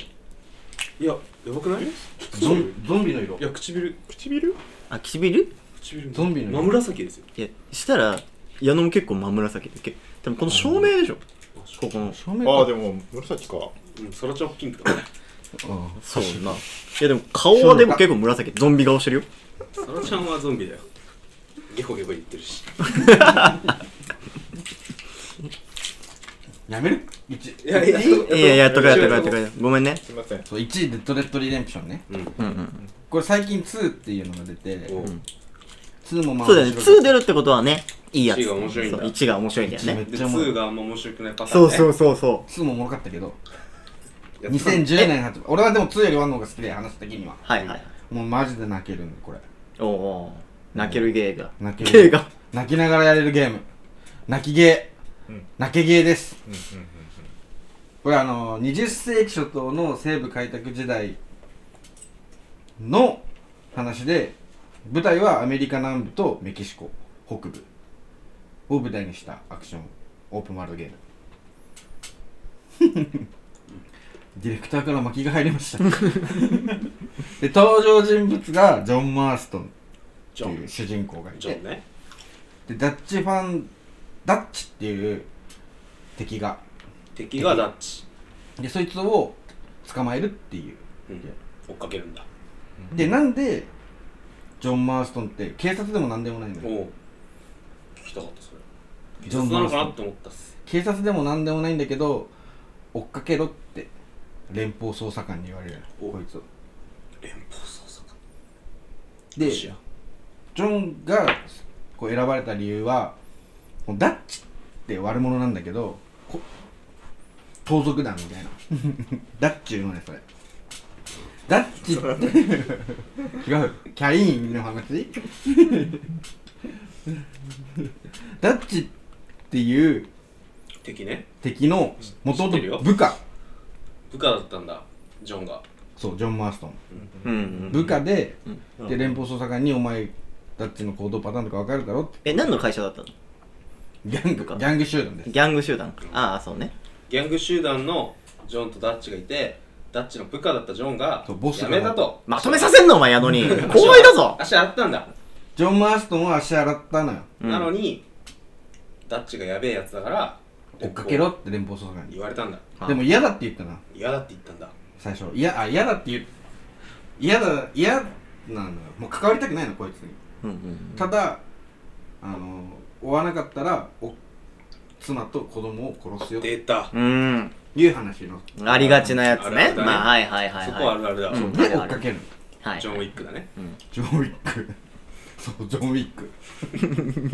S2: いややばくないい
S1: ゾンゾンビの色
S2: や唇
S3: 唇
S4: あ唇
S2: 唇
S1: ゾンビの色
S2: 真紫ですよ
S4: いやしたら矢野も結構真紫でけでもこの照明でしょここの
S1: 正面
S3: [laughs] ああ
S1: か
S3: でも紫か
S2: うんサラちゃんピンクだね
S1: あ
S4: そうないやでも顔はでも結構紫ゾンビ顔して
S1: [laughs]
S4: るよ
S2: サラちゃんはゾンビだよゲホゲホ言ってるし
S1: やめる1
S2: いやいい
S4: いややっとかやっとかやっとかやっとかごめんね
S3: すいません
S1: そう1位デッドデッドリデンプションね
S2: うん
S4: うんうん
S1: これ最近2っていうのが出て
S2: お
S1: 2もまあ
S4: そうだよね
S1: 面白
S4: 2
S1: い
S4: 出るってことはねいいやつ
S2: 一が面白いんだ
S4: そう一が面白いんだよ
S1: 一め
S4: ね
S1: っ
S2: で
S1: ちゃおもろい
S2: 2があんま面白くないパターン
S4: そう
S2: ね
S4: そうそうそ
S1: 2もおもろかったけど
S2: やった
S1: 2010年発売俺はでも2より1の方が好きで話す的には
S4: うはいはい
S1: もうマジで泣けるんでこれ
S4: おおー泣けるゲーが
S1: 泣ける
S4: ゲーが
S1: 泣きながらやれるゲーム泣きゲー、
S3: うん
S1: 泣けゲーです
S3: うんうんうん
S1: これあの20世紀初頭の西部開拓時代の話で舞台はアメリカ南部とメキシコ北部を舞台にしたアクションオープンワールドゲーム [laughs] ディレクターから巻きが入りま
S3: [laughs]
S1: したで登場人物がジョン・マーストン
S2: ジ
S1: と
S2: ョ
S1: いう
S2: ン
S1: 主人公がい
S2: ジョ
S1: て
S2: ンね
S1: でダッチファンダッチっていう敵が
S2: 敵がダッチ。
S1: でそいつを捕まえるっていう
S2: うん追っかけるんだ。
S1: でなんでジョン・マーストンって警察でも何でもないのよ
S2: おう聞きたかった、それ。
S1: ジョン
S2: な
S1: マー
S2: の
S1: ス
S2: か
S1: ト
S2: なっ
S1: ン
S2: て思ったっす。
S1: 警察でも何でもないんだけど追っかけろって連邦捜査官に言われる
S2: お
S1: こいつを
S2: 連邦捜査官。
S1: で
S2: ロ
S1: ジ
S2: シア
S1: ョンがこう選ばれた理由はもうダッチって悪者なんだけどこ盗賊団みたいなダッチ言うのねそれダッチって違うキャインの話 [laughs] ダッチっていう
S2: 敵ね。
S1: 敵の元
S2: 知ってるよ
S1: 々部下
S2: 部下だったんだ、ジョンが。
S1: そうジョン・マーストン
S4: うんうん
S1: 部下で、
S3: うん
S1: で連邦捜査官にお前たちの行動パターンとか分かるだろって
S4: え何の会社だったのギ
S1: ギャング
S4: 部下
S1: ギャング集団です
S4: ャング集団ああそうね
S2: ギャング集団のジョンとダッチがいて、ダッチの部下だったジョンが、
S1: そうボス
S2: や
S1: が
S2: めたと。
S4: まとめさせんのお前宿
S1: [laughs]
S4: に後輩だぞ
S2: 足洗ったんだ。
S1: ジョン・マーストンは足洗ったのよ
S4: うん
S2: なのに、ダッチがやべえやつだから、
S1: 追っかけろって連邦捜査官に
S2: 言われたんだ。
S4: あ
S1: でも嫌だって言ったな
S2: 嫌だって言ったんだ。
S1: 最初いやあ嫌だって言う嫌だ嫌なのよもう関わりたくないのこいつに
S4: うんうん
S1: ただあの追わなかったらお妻と子供を殺すよって
S2: 出た。
S4: うん
S1: いう話の、
S4: うんありがちなやつ
S2: あるあ
S4: ね
S2: るだね
S4: まあはいはいはい
S2: そ
S4: は
S2: こ
S4: い
S2: はあるあるだ。
S4: うん
S1: で
S4: ある
S1: 追
S4: あ
S1: っ
S4: る
S1: かける
S4: はい
S2: ジョン・ウィックだね。
S1: ジョン・ウィック [laughs] そうジョン・ウィック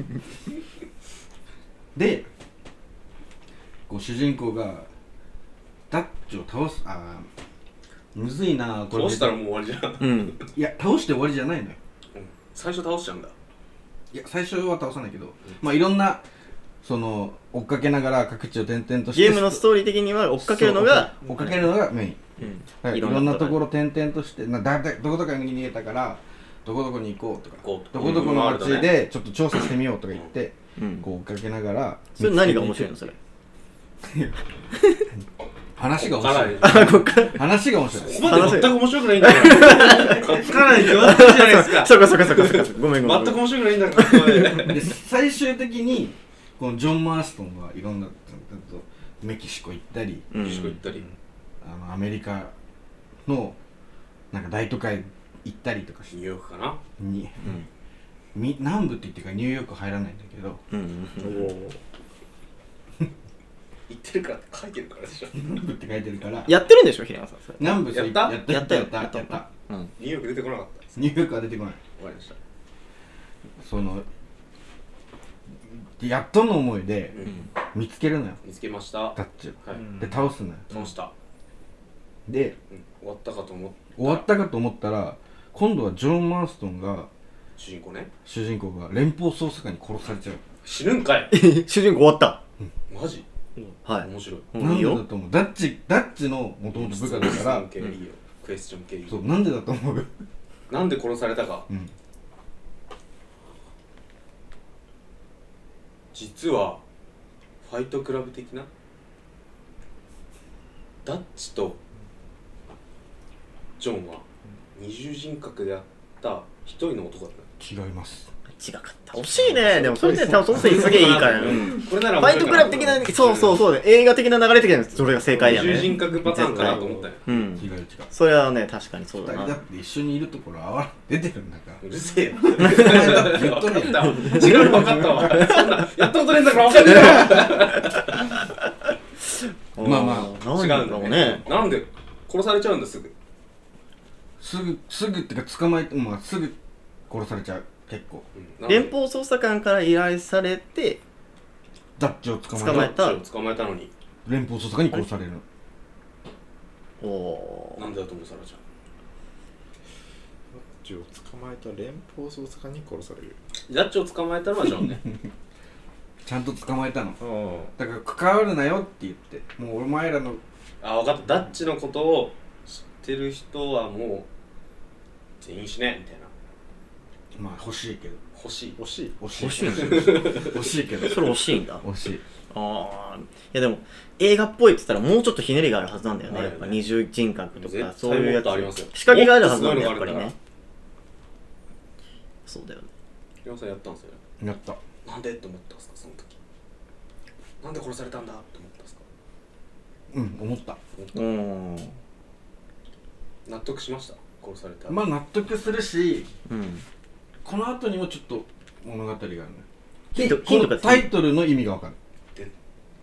S1: でこう主人公がダッチを倒すあーむずいなこれ
S2: 殺したらもう終わりじゃん。
S4: うん
S1: いや倒して終わりじゃないのよ
S2: 最初倒しちゃうんだ。
S1: いや最初は倒さないけど、まあいろんなその追っかけながら各地を転々として
S4: ゲームのストーリー的には追っかけるのが
S1: そう追っかけるのがメイン、
S4: うん
S1: はい、いろんなところ転々としてなだだどこどこに逃げたからどこどこに行こうとか
S2: こう
S1: どこどこの街。でちょっと調査してみようとか言って
S4: うん
S1: こう追っかけながら
S4: それ何が面白いのそれ
S1: 話が
S2: こっ
S1: 面
S2: から
S1: 白
S2: で
S1: い
S2: こ
S1: 話が面白い
S2: こまで全く面白くないんだから。こっからに決まってるじゃないですか。
S4: そうかそうかそうかそうかごめんごめん
S2: 全く面白くないんだから、ここまで。
S1: で最終的にこのジョン・マーストンはいろんなメキシコ行ったり
S4: うん
S2: メキシコ行ったり。
S1: あのアメリカのなんか大都会行ったりとかし
S2: ニューヨークかな。
S1: にみ南部って言ってるからニューヨーク入らないんだけど
S4: うんうん
S3: おー
S2: 行ってるからって書いてるからでしょ。
S1: 南部って書いてるから
S4: やってるんでしょ平山さんそれ
S1: 南部そう
S2: やった
S1: やったやったやったやったやった
S4: うん
S2: ニューヨーク出てこなかった。
S1: ニューヨークは出てこない
S2: 終わりました。
S1: そのやっとの思いで
S2: うん
S1: 見つけるのよ
S2: 見つけました。は
S1: ダッチを
S2: い。
S1: で倒すのよ
S2: 倒した。
S1: で
S2: うん終わったかと思う。
S1: 終わったかと思ったら今度はジョン・マーストンが
S2: 主人公ね。
S1: 主人公が連邦捜査官に殺されちゃう
S2: 死ぬんかい。
S4: [laughs] 主人公終わった
S2: マジ
S4: はい
S2: 面白い。
S4: も
S1: な
S4: うんい
S1: で
S4: い
S1: だ
S4: よ
S1: と思うダッチダッチのもともと部下だ
S2: 質
S1: から
S2: 問系いいよ。クエスチョン系いいよ
S1: そうなんでだと思う
S2: なんで殺されたか、
S1: うん
S2: 実はファイトクラブ的なダッチとジョンは二重人格であった一人の男だっ
S1: 違います
S4: 違かった惜しいねでもそれで多分その人すげえいいから
S2: う
S4: うん
S2: たこれなら
S4: ファイトクラブ的なそうそうそうね映画的な流れ的なそれが正解だよ
S2: 二重人
S4: ね
S2: 格パターンかなと思ったよ
S4: う
S1: 違うん違う
S4: それはね確かにそう
S1: 二
S4: だ
S1: 人だっ
S4: な
S1: て一緒にいるところあわ出てるんだから
S2: う
S4: [laughs]
S2: るせえよ
S1: お前だって言っと
S2: 分か
S1: る
S2: っ
S1: や
S2: た
S1: ん
S2: わ違うの分かったわそんなやったことないんだから分かんないよ
S1: まあまあ
S4: 何
S2: 違
S4: だ
S2: うんだ
S4: ろう
S2: ね
S4: ね
S2: なんで殺されちゃうんだすぐ
S1: すぐすぐってか捕まえてまあすぐ殺されちゃう結構
S2: うんなんで
S4: 連邦捜査官から依頼されて
S1: ダッチを捕ま
S4: 捕
S1: え
S4: ま
S1: た
S2: ダ
S4: え
S2: ッチを捕まえたのに
S1: 連邦捜査官に殺されるの
S4: おお
S2: なんでだと思うサラちゃん
S3: ダッチを捕まえた連邦捜査官に殺される
S2: ダッチを捕まえたのはジョンね
S4: [laughs]
S1: ちゃんと捕まえたの
S3: うん
S1: だから関わるなよって言ってもうお前らの
S2: あ分かったダッチのことを知ってる人はもう全員死ねみたいな
S1: まあ欲しいけど
S2: 欲しい
S3: 惜しい
S1: 欲しいけ
S4: 欲
S1: ど欲し
S4: しい
S1: いけど
S4: それ惜しいんだ
S1: 惜しい
S4: ああいやでも映画っぽいって言ったらもうちょっとひねりがあるはずなんだよね
S2: ある
S4: や
S2: よ
S4: っ
S2: ね
S4: ぱ二重人格と
S2: 絶
S4: か
S2: 対
S4: そういうやつ
S2: もっとありますよ
S4: 仕掛けがあるはずなん
S2: も
S4: だよや
S2: っ
S4: っ
S2: と
S4: ぱ
S2: すごい
S4: り
S2: のがある
S4: ね
S2: か
S4: そうだよね
S2: ヒロさんやったんですよ
S1: やった
S2: なんでって思ったんですかその時なんで殺されたんだって思ったんですか
S1: うん思った
S4: うん。
S2: 納得しました殺された
S1: まあ納得するし
S4: うん。
S1: この後にもちょっと物語があるね
S4: ヒント、ヒ
S1: こ
S4: ン
S1: の
S4: トが
S1: タイトルの意味がわかる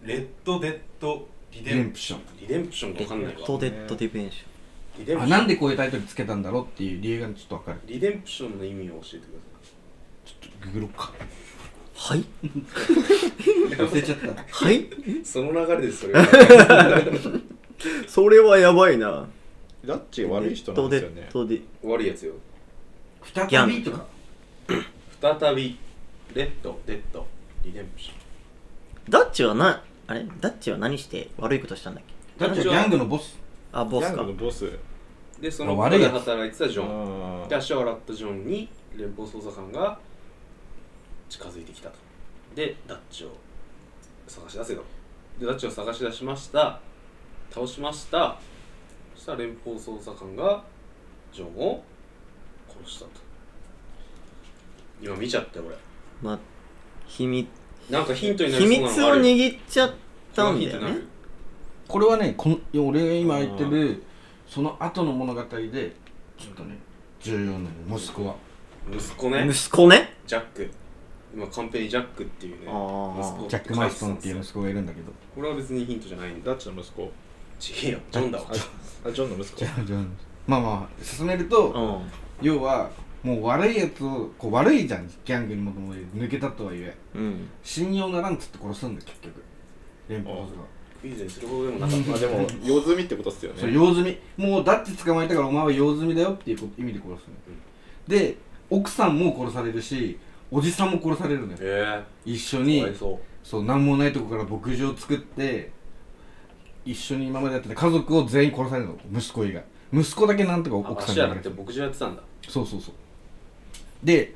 S2: レッドデッドリ
S1: デンプション
S2: リデンプションが
S4: レ
S2: わかんない
S4: ッ
S2: わ
S4: ドデッドディベンシ
S2: リデンプ
S1: あ
S2: ション
S1: なんでこういうタイトルつけたんだろうっていう理由がちょっとわかる
S2: リデンプションの意味を教えてく
S1: ググろっか
S4: ョン。はい
S1: 忘れちゃった
S2: [laughs]
S4: はい
S2: ださいその流れで
S4: [laughs]
S2: それは
S4: それはやばいな。
S3: ラッチ悪い人なんですよね。
S4: ドデッドデ
S2: 悪いやつよ
S1: 再びとか
S2: 再びレッドデッドリデンプション
S4: ダッチはな、あれダッチは何して悪いことしたんだっけ
S1: だってギャングのボス
S4: あ、ボス
S3: ギャン
S4: か
S3: グ。のボス。
S2: でその場
S1: 悪い
S2: で
S1: やつ
S2: 働いてたジョン
S3: あ
S2: で
S3: ー
S2: 足を洗ったジョンに連邦捜査官が近づいてきたとでダッチを探し出せとでダッチを探し出しました倒しましたそしたら連邦捜査官がジョンを殺したと今見ちゃったよ俺
S4: まあ、秘密、
S2: なんかヒントになり
S4: 秘
S2: そうな
S4: 密
S2: の
S4: を
S2: ある
S4: 握っちゃった
S2: この
S4: んだよ
S2: ヒントにな
S4: ね
S2: る。
S1: これはねこの俺が今言ってるその後の物語でちょっとね重要なのモスクワ
S2: 息子ね
S4: 息子ね。
S2: ジャック今カンペにジャックっていうね
S4: あー
S2: 息子を
S1: ジャック・マイストンっていう息子がいるんだけど
S2: これは別にヒントじゃないんだ
S3: ラッチの息子。
S2: 違えよジョンだわ
S3: あ、あ [laughs] ジョンの息子
S1: じゃ。あじゃあまあまあ進めると、
S4: うん。
S1: 要はもう悪いやつをこう悪いじゃんギャングにもともと抜けたとはいえ
S4: うん。
S1: 信用ならんっつって殺すんだよ結局連邦図が
S2: クイズにするほどでもなかっ
S3: まあで [laughs] も、用済みってことっすよね。
S1: そう用済みもうだって捕まえたからお前は用済みだよっていうこと意味で殺すのよ、で奥さんも殺されるしおじさんも殺されるの
S2: た
S1: よ
S2: へ
S1: 一緒
S2: え
S1: に
S2: かわいそう
S1: そう何もないとこから牧場作って一緒に今までやってた家族を全員殺されるの息子以外息子だけなんとか
S2: あ
S1: 奥さん
S2: 足
S1: に
S2: 洗
S1: やら
S2: っ
S1: れ
S2: て
S1: て
S2: 牧場やってたんだ
S1: そうそうそうで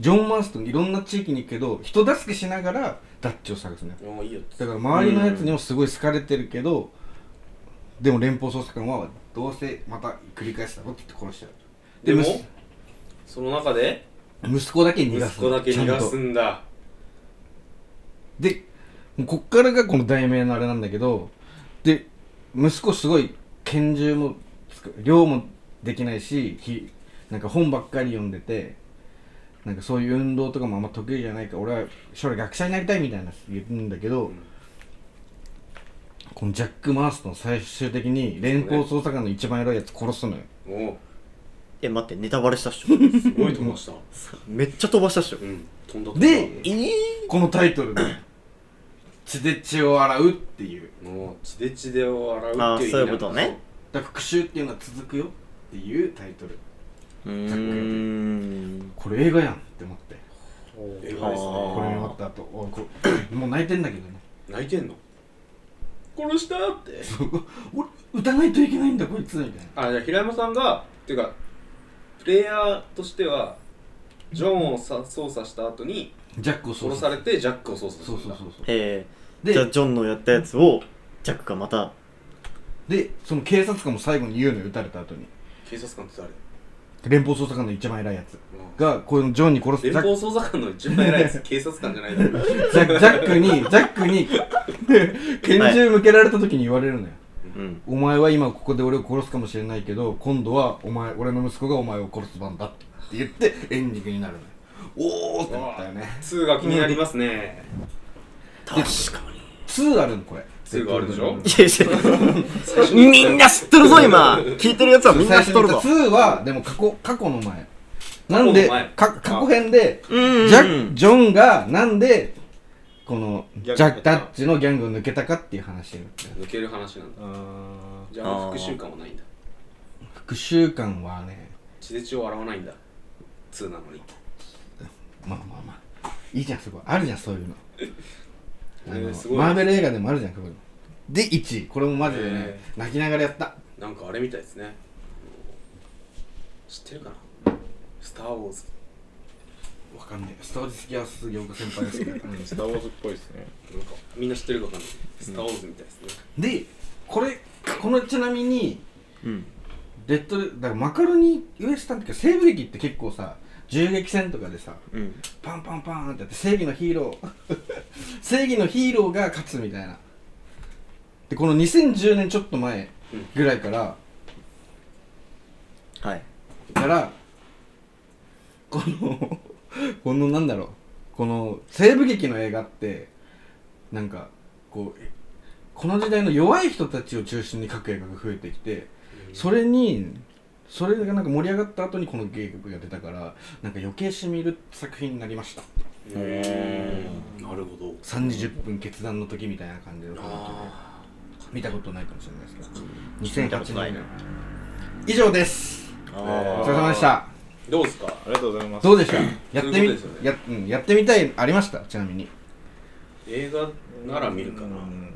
S1: ジョン・マーストンいろんな地域に行くけど人助けしながらダッチを探すね
S2: もういいよって
S1: だから周りのやつにもすごい好かれてるけど、でも連邦捜査官はどうせまた繰り返すだろって言って殺しちゃう
S2: でも
S1: 息
S2: その中で
S1: 息子だけ逃
S2: 息
S1: がす
S2: 子だけ逃が
S1: ちゃん
S2: す
S1: と
S2: んだ
S1: でもうこっからがこの題名のあれなんだけどで息子すごい拳銃もつく量もできないしひなんか本ばっかり読んでてなんかそういう運動とかもあんま得意じゃないから俺は将来学者になりたいみたいな言うんだけど、このジャック・マーストン最終的に連邦捜査官の一番偉いやつ殺すのよ
S2: も
S4: え、待って、ネタバレしたっ [laughs] しょ。
S2: うすごい飛ばした
S4: めっちゃ飛ばしたっしょ
S2: う。ん飛んだ飛んだ
S1: でこのタイトルで「血で血を洗う」っていう
S2: もう血で血でを洗うっていう
S4: あー
S2: 意味なん
S4: そうい
S2: だ
S4: うことね
S1: だから復讐っていうのは続くよっていうタイトル
S4: うーん。
S1: これ映画やんって思って
S2: そう映
S4: あ
S2: 画です
S1: こ
S2: ね
S1: れ
S4: ー
S1: 終わった後おいこうもう泣いてんだけどね
S2: 泣いてんの殺したって
S1: 俺打たないといけないんだこいつみたいな
S2: あじゃあ平山さんがっていうかプレイヤーとしてはジョンをさ操作した後に
S1: ジャックを
S2: 殺されてジャックを操作す
S1: そ
S2: る
S1: うんそ
S2: だ
S1: うそうそう
S4: えー、
S1: で
S4: じゃあ、ジョンのやったやつを、ジャックがまた、
S1: でその警察官も最後に言うのよ撃たれた後に
S2: 警察官って誰
S1: 連邦捜査官の一番偉いやつがこのジョンに殺すジ
S2: 連
S1: ャッ
S2: 邦
S1: ク
S2: 捜査官の一番偉いやつ警察官じゃないだろ
S1: ジャジャックにジャックに拳銃向けられた時に言われるのよ、
S4: うん。
S1: お前は今ここで俺を殺すかもしれないけど今度はお前俺の息子がお前を殺す番だって言ってエンディングになるのよおーってなったよね
S2: 2が気になりますね
S4: 確かに。
S1: 2あるのこれ
S2: 2があるでしょ
S4: いやいや、 [laughs] みんな知っとるぞ、今。聞いてるやつはみんな知っとるぞ。
S1: 2はでも過去過去の前なんで
S2: 過去の前
S1: か過去編で
S4: うーん。
S1: ジャックジョンがなんでこのジ
S3: ギャング
S1: ャッダッチのギャングを抜けたかっていう話になってる
S2: 抜ける話なんだ
S3: あ
S2: じゃあ復讐感はないんだ
S1: 復讐感はね
S2: 血で血を洗わないんだ2なのに
S1: まあまあまあいいじゃんすごいあるじゃんそういうの
S2: え
S1: あの
S2: ーすごい
S1: マーベル映画でもあるじゃんこういうので1位これもマジでね、
S2: え
S1: 泣きながらやった
S2: なんかあれみたいですね知ってるかなスター・ウォーズ
S1: わかんねえスタージ好きはすげえ僕先輩が好きだか
S3: ーうん、スター・ウォーズっぽいですね。
S2: なんかみんな知ってるかわかんないスター・ウォーズみたいですね
S1: らでこれこのちなみに
S4: うん。
S1: レッドレだからマカロニウエスタンっていうか西部劇って結構さ銃撃戦とかでさ
S4: うん。
S1: パンパンパンってやって正義のヒーロー [laughs] 正義のヒーローが勝つみたいなでこの2010年ちょっと前ぐらいから、
S4: はい。
S1: からこの [laughs] このなんだろうこの西部劇の映画ってなんかこうこの時代の弱い人たちを中心に描く映画が増えてきてそれにそれがなんか盛り上がった後にこの芸曲が出たからなんか余計しみる作品になりました
S2: うーんなるほど
S1: 3時10分決断の時みたいな感じの
S2: あ
S1: 見たことないかもしれないです
S4: 見
S1: け
S4: た
S1: ど
S4: こと
S1: 2008
S4: ない
S1: 年以上ですお
S4: あ
S1: 疲れ様でした
S3: どうですかありがとうございます
S1: どうでしたやって
S2: そう
S1: み
S2: いうことですよね
S1: や,、うん、やってみたいありましたちなみに
S2: ー映画なら見るかな
S3: うん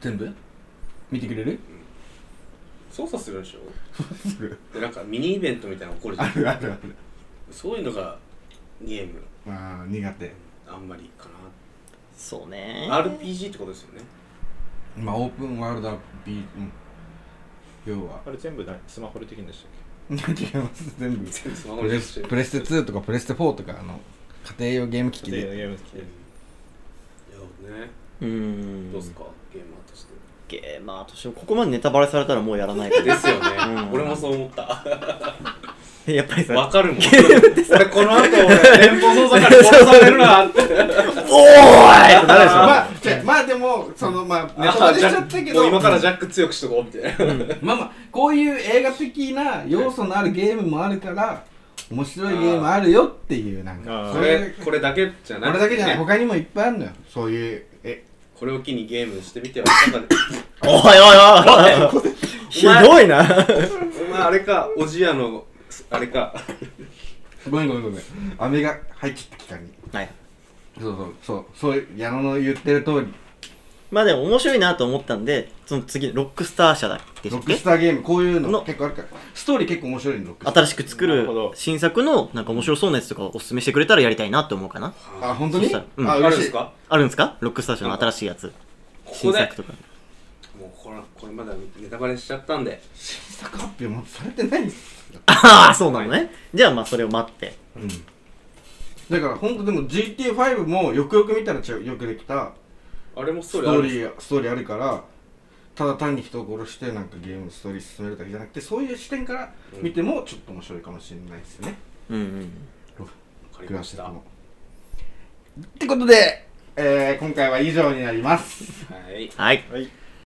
S1: 全部見てくれる
S2: 操作するでしょでなんかミニイベントみたいなの起こるじゃ
S1: あ
S2: ん
S1: るあるある
S2: そういうのがゲーム
S1: あー苦手
S2: あんまりか
S4: そうね。
S2: な RPG ってことですよね
S1: まあオープンワールド B、うん、要
S3: [laughs]
S1: は
S3: あれ全部何スマホでできるんでしたっ
S1: 違います全部
S2: スマホ
S1: プレスプレステ2とかプレステ4とかあの家庭用ゲーム機
S3: け
S1: 器で
S3: ゲーム好き
S2: うんいやね
S4: うーん。
S2: どうすかゲーマーとして
S4: ゲーマーとしても、ここまでネタバレされたらもうやらないか
S2: で
S4: [laughs] ら。
S2: すよね
S4: うん
S2: 俺もそう思った
S4: やっぱりさ、
S2: わ
S1: [laughs]
S2: かるもん俺この後俺連邦捜査から殺される
S1: [laughs]
S2: なって
S4: おーいってなるでしょ。
S1: まあ、じゃあまあでもそのまあネタバレしちゃったけ
S2: も
S1: ど
S2: う今からジャック強くしとこうみたいな
S1: まあまあこういう映画的な要素のあるゲームもあるから面白いゲームあるよっていうなんか
S3: あー
S1: そ
S2: こ
S1: れ
S2: れこれだけじゃな
S1: これ
S2: い
S1: だけじゃない
S2: ね
S1: 他にもいっぱいあるのよそういうえ
S2: これを機にゲームしてみてはいかがで
S4: おいおいおいひどいな。
S2: お前あれかおじやのあれか
S1: ごめんごめんごめん飴が入っちゃった期間に
S4: はい。
S1: そうそうそうそういう矢野の言ってる通り
S4: まあでも面白いなと思ったんで、その次、ロックスター社だっけ
S1: ロックスターゲームこういうの
S4: の
S1: 結構あるからストーリー結構面白いのロックスター
S4: 新しく作
S3: な
S4: る
S3: るほど
S4: 新作のなんか面白そうなやつとかをお勧めしてくれたらやりたいなって思うかな。
S1: あ本当に
S4: ロックスターうん
S1: あ
S2: あるん
S1: 嬉
S2: で
S1: し
S2: す
S1: い
S2: か
S4: あるんですかロックスター社の新しいやつ。
S2: ここ
S4: 新
S2: で
S4: 作とか。
S2: もうこれこれまだネタバレしちゃったんで
S1: 新作発表もされてないんです
S4: ああ、そうなのね。じゃあまあそれを待って。
S1: うんだから本当でも GT5 もよくよく見たらちょよくできた
S2: あれもス
S1: ス
S2: トーリーあ
S1: トー
S2: る
S1: リ
S2: んです
S1: ーストーリーあるからただ単に人を殺してなんかゲームストーリー進めるだけじゃなくてそういう視点から見てもちょっと面白いかもしれないですね、
S4: うんうん。
S2: わかり
S1: クラ
S2: ま
S1: シ
S2: し
S1: ッ
S2: た
S1: ク
S2: は
S1: もってことで、えー今回は以上になります
S2: い
S4: はい。
S3: はい